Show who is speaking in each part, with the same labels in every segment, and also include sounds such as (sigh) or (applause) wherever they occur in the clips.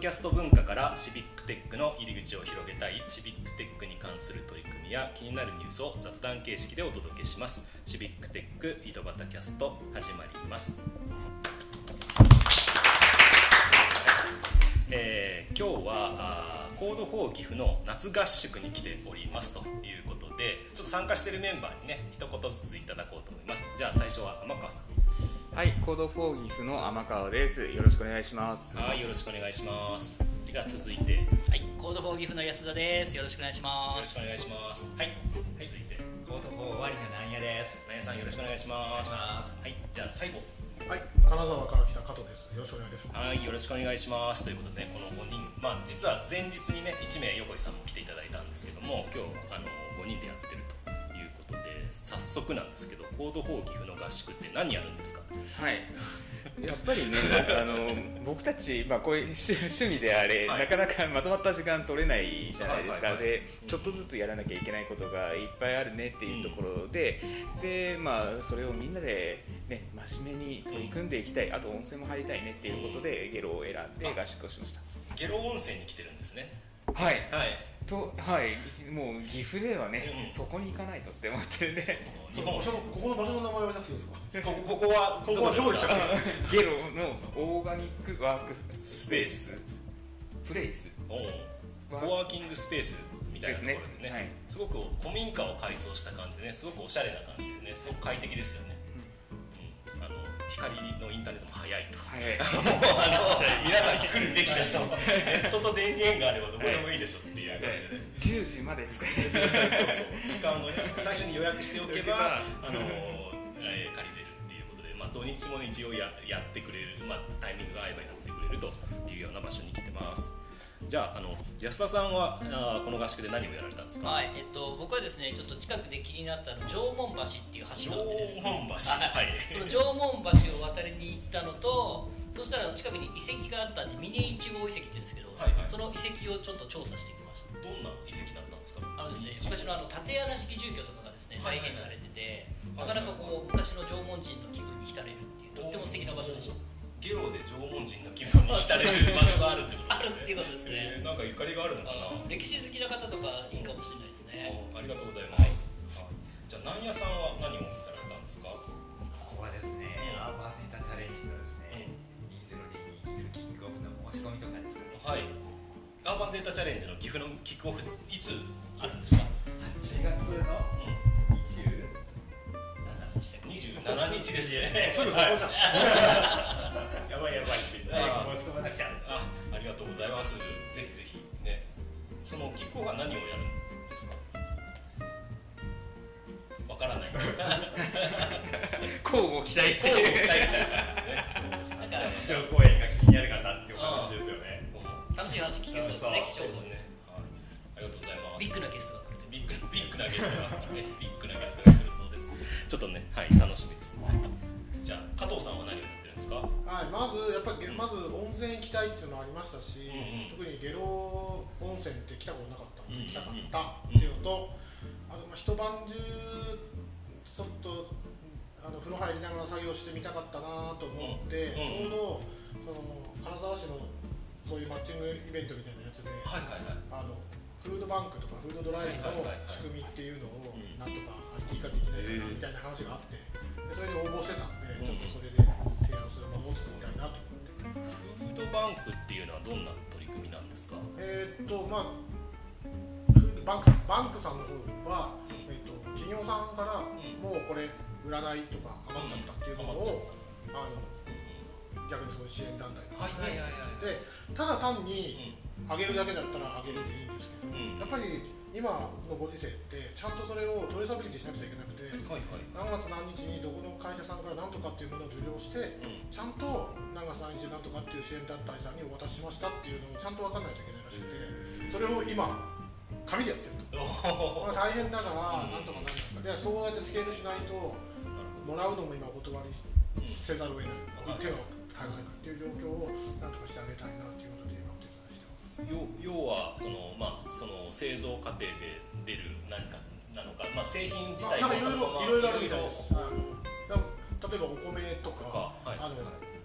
Speaker 1: キャスト文化からシビックテックの入り口を広げたいシビックテックに関する取り組みや気になるニュースを雑談形式でお届けしますシビックテック井戸端キャスト始まります、えー今日はあーコードフォー岐阜の夏合宿に来ておりますということでちょっと参加しているメンバーにね一言ずついただこうと思いますじゃあ最初は天川さん
Speaker 2: はい、コードフォーギフの天川です。よろしくお願いします。
Speaker 1: はい、よろしくお願いします。では続いて、よ
Speaker 3: はい、コードフォーギフの安田です。よろしくお願いしま
Speaker 1: ろし
Speaker 3: す。
Speaker 1: くお願いします。はい、続いて、
Speaker 4: コードフォー終わりのなんやです。
Speaker 1: なやさんよろしくお願いします。
Speaker 4: お願いします
Speaker 1: はい、じゃあ最後、
Speaker 5: はい、金沢から来た加藤です。よろしくお願いいたしま
Speaker 1: はい、
Speaker 5: す。
Speaker 1: よろしくお願いしますということで、この5人、まあ実は前日にね、1名横井さんも来ていただいたんですけども、今日あの5人でやってるということで、早速なんですけど、コードフォー岐阜の合宿って何やるんですか？
Speaker 2: はい。やっぱり
Speaker 1: (laughs)
Speaker 2: ね、なんかあの僕たちまあこういう趣趣味であれ、
Speaker 1: はい
Speaker 2: なかなかまとまった時間取れないじゃないですか。
Speaker 1: はいはいはい
Speaker 2: で、ちょっとずつやらなきゃいけないことがいっぱいあるねっていうところで、でまあそれをみんなでね真面目に取り組んでいきたい。あと温泉も入りたいねっていうことでゲロを選んで合宿をしました。
Speaker 1: ゲロ温泉に来てるんですね。
Speaker 2: はい。
Speaker 1: はい。
Speaker 2: とはい、もう岐阜ではね、
Speaker 1: うん
Speaker 2: そこに行かないとって思ってるね。
Speaker 1: 日本
Speaker 5: 場所ここの場所の名前はなくていいですか。
Speaker 1: ここここは
Speaker 5: ここはどこで
Speaker 1: で
Speaker 5: し
Speaker 1: すか
Speaker 5: たっけ。
Speaker 2: ゲロのオーガニックワークス
Speaker 1: スペース。
Speaker 2: プレイス
Speaker 1: (laughs) おう
Speaker 2: わ
Speaker 1: コワーキングスペースみたいなところでね
Speaker 2: ですねはい
Speaker 1: すごく古民家を改装した感じでねすごくおしゃれな感じでねすごく快適ですよね、うんあの光のインターネットも早い
Speaker 2: (laughs)
Speaker 1: と
Speaker 2: はい
Speaker 1: もうあの皆さんに来るべきだとネットと電源があればどこでもいいでしょっていう感
Speaker 2: 10時まで使える
Speaker 1: じで、ね、そうそう時間をね最初に予約しておけばあの、えー借りれるっていうことで、まあ、土日もね一応ややってくれる、まあ、タイミングが合えばやってくれるというような場所に来てますじゃああの安田さんはあーこの合宿で何をやられたんですか、
Speaker 3: はい、えっと、僕はですね、ちょっと近くで気になったあの縄文橋っていう橋があってです
Speaker 1: 縄文橋
Speaker 3: ね。はい
Speaker 1: はい
Speaker 3: (laughs) そ
Speaker 1: (laughs)
Speaker 3: の縄文橋を渡りに行ったのと、そしたらあの近くに遺跡があったんで、峰一号遺跡って言うんですけど、
Speaker 1: はいはい
Speaker 3: その遺跡をちょっと調査してきました。
Speaker 1: どんな遺跡だったんですか
Speaker 3: あのですね、昔のあの竪穴式住居とかがですね、
Speaker 1: はいはい
Speaker 3: 再
Speaker 1: はい
Speaker 3: 現されてて、
Speaker 1: は
Speaker 3: ないかなかこう昔の縄文人の気分に浸れるっていうとっても素敵な場所でした。
Speaker 1: ゲロで縄文人の気分に浸れる場所があるってことですね
Speaker 3: (laughs) あるっていうことですね
Speaker 1: えーなんかゆかりがあるのかな
Speaker 3: あの歴史好きな方とかいいかもしれないですね。
Speaker 1: ありがとうございます、はいじゃあ南屋さんは何をやられたんですか
Speaker 4: ここはですね、アーバンネタチャレンジのですね、2022キルキックオフの申し込みとかですかね。
Speaker 1: はいアーバンデータチャレンジの岐阜のキックオフいつあるんですか、
Speaker 4: 8月の
Speaker 1: う
Speaker 4: 20。
Speaker 3: 何の話でしたっけ
Speaker 1: ん、27日ですね (laughs)
Speaker 5: すぐそこじゃん。
Speaker 1: やばいやばいって
Speaker 4: 早く申し込まなくちゃ。
Speaker 1: あありがとうございますぜひぜひねそのキックオフは何をやるんですかわからない
Speaker 2: 交互期待
Speaker 1: こうご期待
Speaker 3: (laughs)
Speaker 1: みたいな感じですね
Speaker 3: なんか
Speaker 4: 気象公演が気になるかなってお話ですよね。
Speaker 3: 楽しい話聞けそうですね、貴
Speaker 1: そうで
Speaker 3: 重ですす
Speaker 1: ね、はい、ありがとうございます
Speaker 3: ビッグなゲストが来ると
Speaker 1: ビッグビッグなゲストが、ね、ビッグなゲストが来るそうです。ちょっとね、はい、楽しみです。はいじゃあ、加藤さんは何をやってるんですか。
Speaker 5: はい、まずやっぱりまず温泉行きたいっていうのはありましたし、
Speaker 1: うんうん
Speaker 5: 特にゲロ温泉って来たことなかった
Speaker 1: う
Speaker 5: の
Speaker 1: んうん
Speaker 5: で来たかったっていうのと、あとまあ一晩中ちょっとあの風呂入りながら作業してみたかったなと思って、
Speaker 1: うんうん
Speaker 5: ちょうどその金沢市のそういうマッチングイベントみたいなやつで、
Speaker 1: はいはいはい。
Speaker 5: あのフードバンクとかフードドライブの
Speaker 1: はいはいはいはい
Speaker 5: 仕組みっていうの
Speaker 1: う
Speaker 5: を
Speaker 1: ん
Speaker 5: なんとか IT 化できないかな
Speaker 1: へえ
Speaker 5: みたいな話があってでそれで応募してたんで
Speaker 1: うん
Speaker 5: ちょっとそれで提案するものを作りたいなと思って、
Speaker 1: フードバンクっていうのはどんな取り組みなんですか。
Speaker 5: えーっとまあフードバンクさんバンクさんの方は、えーっと企業さんから
Speaker 1: ん
Speaker 5: もうこれ売らないとか余っちゃったっていうのを、あの逆にそういう支援団体とか
Speaker 1: はいはいはいはい。
Speaker 5: でただ単にあげるだけだったらあげるでいいんですけ
Speaker 1: う
Speaker 5: ど
Speaker 1: んうん。
Speaker 5: や
Speaker 1: は
Speaker 5: っぱり今のご時世ってちゃんとそれをトレーサビリティしなくちゃいけなくて
Speaker 1: いはい。
Speaker 5: 何月何日にどこの会社さんから何とかっていうものを受領して
Speaker 1: うん。
Speaker 5: ちゃんと何月何日に何とかっていう支援団体さんにお渡ししましたっていうのをちゃんと分かんないといけないらしくてそれを今紙でやってると
Speaker 1: おお。
Speaker 5: これ大変だから
Speaker 1: うん
Speaker 5: 何とか何とかでそうやってスケールしないともらうのも今お断りせざるを得ない手が足りないかっていう状況を何とかしてあげたいなっていうことで今お手伝いしてます
Speaker 1: 要要はそのまあその製造過程で出る何かなのか、まあ製品自
Speaker 5: まあ、
Speaker 1: 体
Speaker 5: なんかい
Speaker 1: そ
Speaker 5: ろい
Speaker 1: のまま
Speaker 5: ろいろいろあるみたいです。
Speaker 1: いろいろ
Speaker 5: はいだから例えばお米
Speaker 1: と
Speaker 5: とか
Speaker 1: かはい
Speaker 5: あの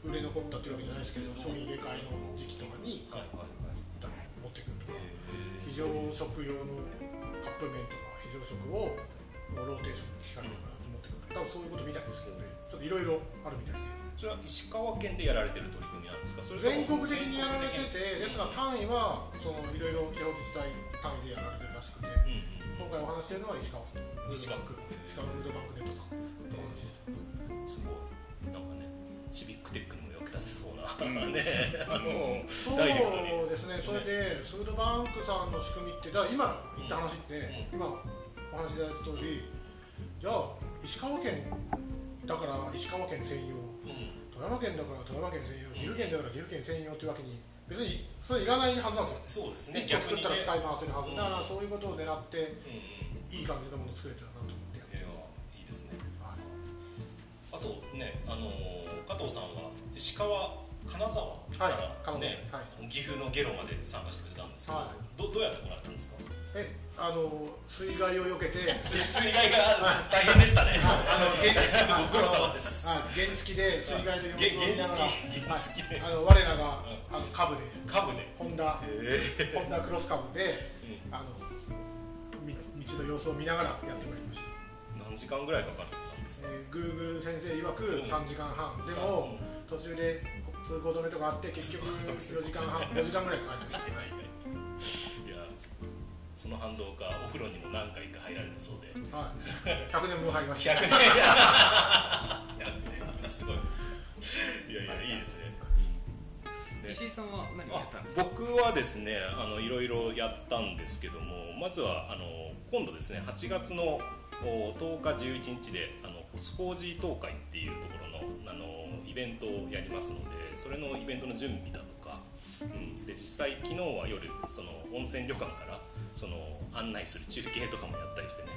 Speaker 5: 売れ残ったというわけじゃないですけど商品入れ替えの時期とかに
Speaker 1: はいはい。
Speaker 5: 非常食用のカップ麺とか非常食をローテーションの機会だから持ってくる多分そういうことみたいですけどねちょっといろいろあるみたいで
Speaker 1: それは石川県でやられてる取り組みなんですかそれとも
Speaker 5: 全国的にやられ
Speaker 1: 全国
Speaker 5: て
Speaker 1: 的
Speaker 5: てですが単位はそのいろいろ地方自治体単位でやられてるらしくて
Speaker 1: にうん
Speaker 5: 今回お話ししてるのは石川さんフー
Speaker 1: 石
Speaker 5: ド
Speaker 1: 川
Speaker 5: バンク石川フードバンクネットさんとお話しして
Speaker 1: うんうんす
Speaker 5: ます
Speaker 1: ごいなんかねシビックテックにも役立ちそうな、
Speaker 2: ん
Speaker 1: ねあの
Speaker 5: そう
Speaker 1: ダイレクトに
Speaker 5: ですね、それで、フードバンクさんの仕組みって、だから今言った話って、今お話しいただいた通り、じゃあ、石川県だから石川県専用、
Speaker 1: うん
Speaker 5: 富山県だから富山県専用、岐阜県だから岐阜県専用ってわけに、別にそれいらないはずなんです
Speaker 1: そう
Speaker 5: よ。
Speaker 1: ですね
Speaker 5: 1
Speaker 1: 逆
Speaker 5: 個作っ
Speaker 1: にね
Speaker 5: たら使い回せる
Speaker 1: う
Speaker 5: はず、
Speaker 1: ん
Speaker 5: だからそういうことを狙って、
Speaker 1: うんうん
Speaker 5: いい感じのものを作れたらなと思ってやっ
Speaker 1: い
Speaker 5: て
Speaker 1: や
Speaker 5: ます。
Speaker 1: いいですね
Speaker 5: はい
Speaker 1: あとね、あのー加藤さんは石川金沢から、
Speaker 5: はい金沢
Speaker 1: ね
Speaker 5: は
Speaker 1: 岐阜のゲロまで参加してくれたんですけど、
Speaker 5: は
Speaker 1: どどうやってもらったんですか
Speaker 5: えあの水害を避けて、はい、
Speaker 1: 水水害が大変でしたね
Speaker 5: あのげあ
Speaker 1: ご苦労様です
Speaker 5: はい原付で水害の様子を見な
Speaker 1: 原付原付
Speaker 5: がら、
Speaker 1: で
Speaker 5: はいあの我らがあの株で
Speaker 1: カブで
Speaker 5: ホンダホンダクロス株で
Speaker 1: う
Speaker 5: あのみ道の様子を見ながらやってまいりました。
Speaker 1: 何時間ぐらいかかったんですか
Speaker 5: えー、Google 先生曰
Speaker 1: う
Speaker 5: く
Speaker 1: ん
Speaker 5: 3時間半、でも途中で通行止めとかあって結局4時間半4時間ぐらいかかりました。はい
Speaker 1: いやその反動かお風呂にも何回か入られたそうで
Speaker 5: はい、100年分入りました。
Speaker 1: 100年 (laughs) すごいいやいやいいですねね
Speaker 2: 石井さんは何をやったんですか
Speaker 1: 僕はですねあのいろいろやったんですけどもまずはあの今度ですね8月のお10日11日であのホスフォージー東海っていうところのあのイベントをやりますのでそれのイベントの準備だとか、うん、で実際昨日は夜その温泉旅館からその案内する中継とかもやったりしてね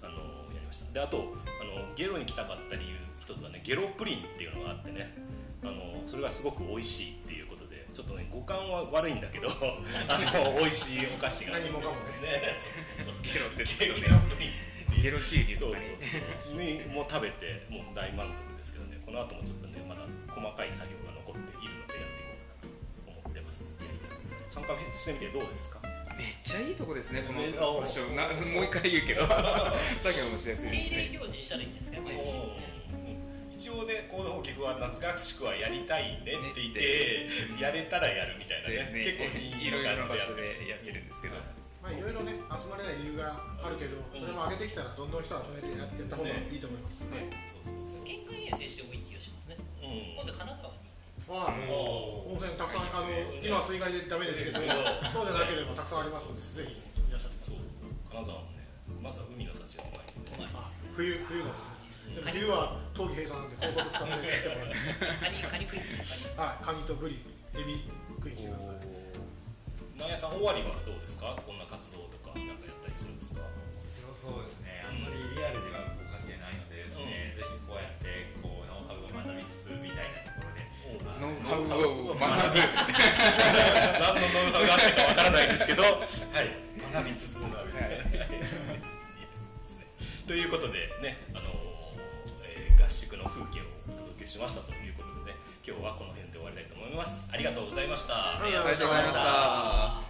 Speaker 1: あのやりましたであとあのゲロに来たかった理由一つはねゲロプリンっていうのがあってねあのそれがすごく美味しいっていうことでちょっとね五感は悪いんだけど (laughs) あの美味しいお菓子が
Speaker 5: 何もかも
Speaker 1: ねそうそうそうゲロってゲロプリン
Speaker 2: ゲロキュウリ
Speaker 1: そ
Speaker 2: と
Speaker 1: う
Speaker 2: かね
Speaker 1: そうそうにもう食べてもう大満足ですけどねこの後もちょっとねまだ細かい作業が残っているのでやっていこうかなと思ってますいやいや参加してみてどうですか
Speaker 2: めっちゃいいとこですねこの
Speaker 1: めっちゃ
Speaker 2: 場所なもう一回言うけど作業もしやすいで
Speaker 3: 定
Speaker 2: す
Speaker 3: 例
Speaker 2: ね
Speaker 3: 行事にしたらいいんですか、毎日。
Speaker 1: 一応ね、この岐阜は夏合宿はやりたいねって言って、やれたらやるみたいなね、結構いい
Speaker 2: いろいろな
Speaker 1: 感
Speaker 2: 場
Speaker 1: じ
Speaker 2: 所
Speaker 1: でやって
Speaker 2: でやってるんですけど
Speaker 5: まあいろいろね集まれない理由があるけど、それも上げてきたらどんどん人を集めてやってった方がいいと思います。はい
Speaker 1: ますそうそうそう
Speaker 3: 県外遠征してもいい気がしますね。今
Speaker 1: う
Speaker 3: 度金沢に。
Speaker 5: まあ、
Speaker 1: んお
Speaker 5: 温泉たくさん、あの、今水害でダメですけど、そうじゃなければたくさんありますので、ぜひいらっしゃっ
Speaker 1: そ
Speaker 5: てくださ
Speaker 1: う
Speaker 5: い。
Speaker 1: 金沢もね、まずは海の幸がうまいのでね
Speaker 5: 冬、冬がですね。でも冬は冬季閉鎖なんで、高速使って来てもらって、
Speaker 3: カニ、カニ食いに行くカニ。
Speaker 5: はい、カニとブリ、エビ、食いに来てく
Speaker 1: な
Speaker 5: ださい。
Speaker 1: んやさん終わりはどうですかこんな活動とかなんかやったりするんですか
Speaker 4: そうですね、あんまりリアルでは動かしてないのでですね、ぜひこうやってこうノウハウを学びつつみたいなところで、
Speaker 2: ノウハウを学ぶ
Speaker 1: 何のノウハウがあるかわからないですけど、はい、学びつつ学びということでね、あのえー合宿の風景をお届けしましたということでね、今日はこの辺で終わりたいと思います。ありがとうございました。
Speaker 5: ありが
Speaker 2: ありがとうございました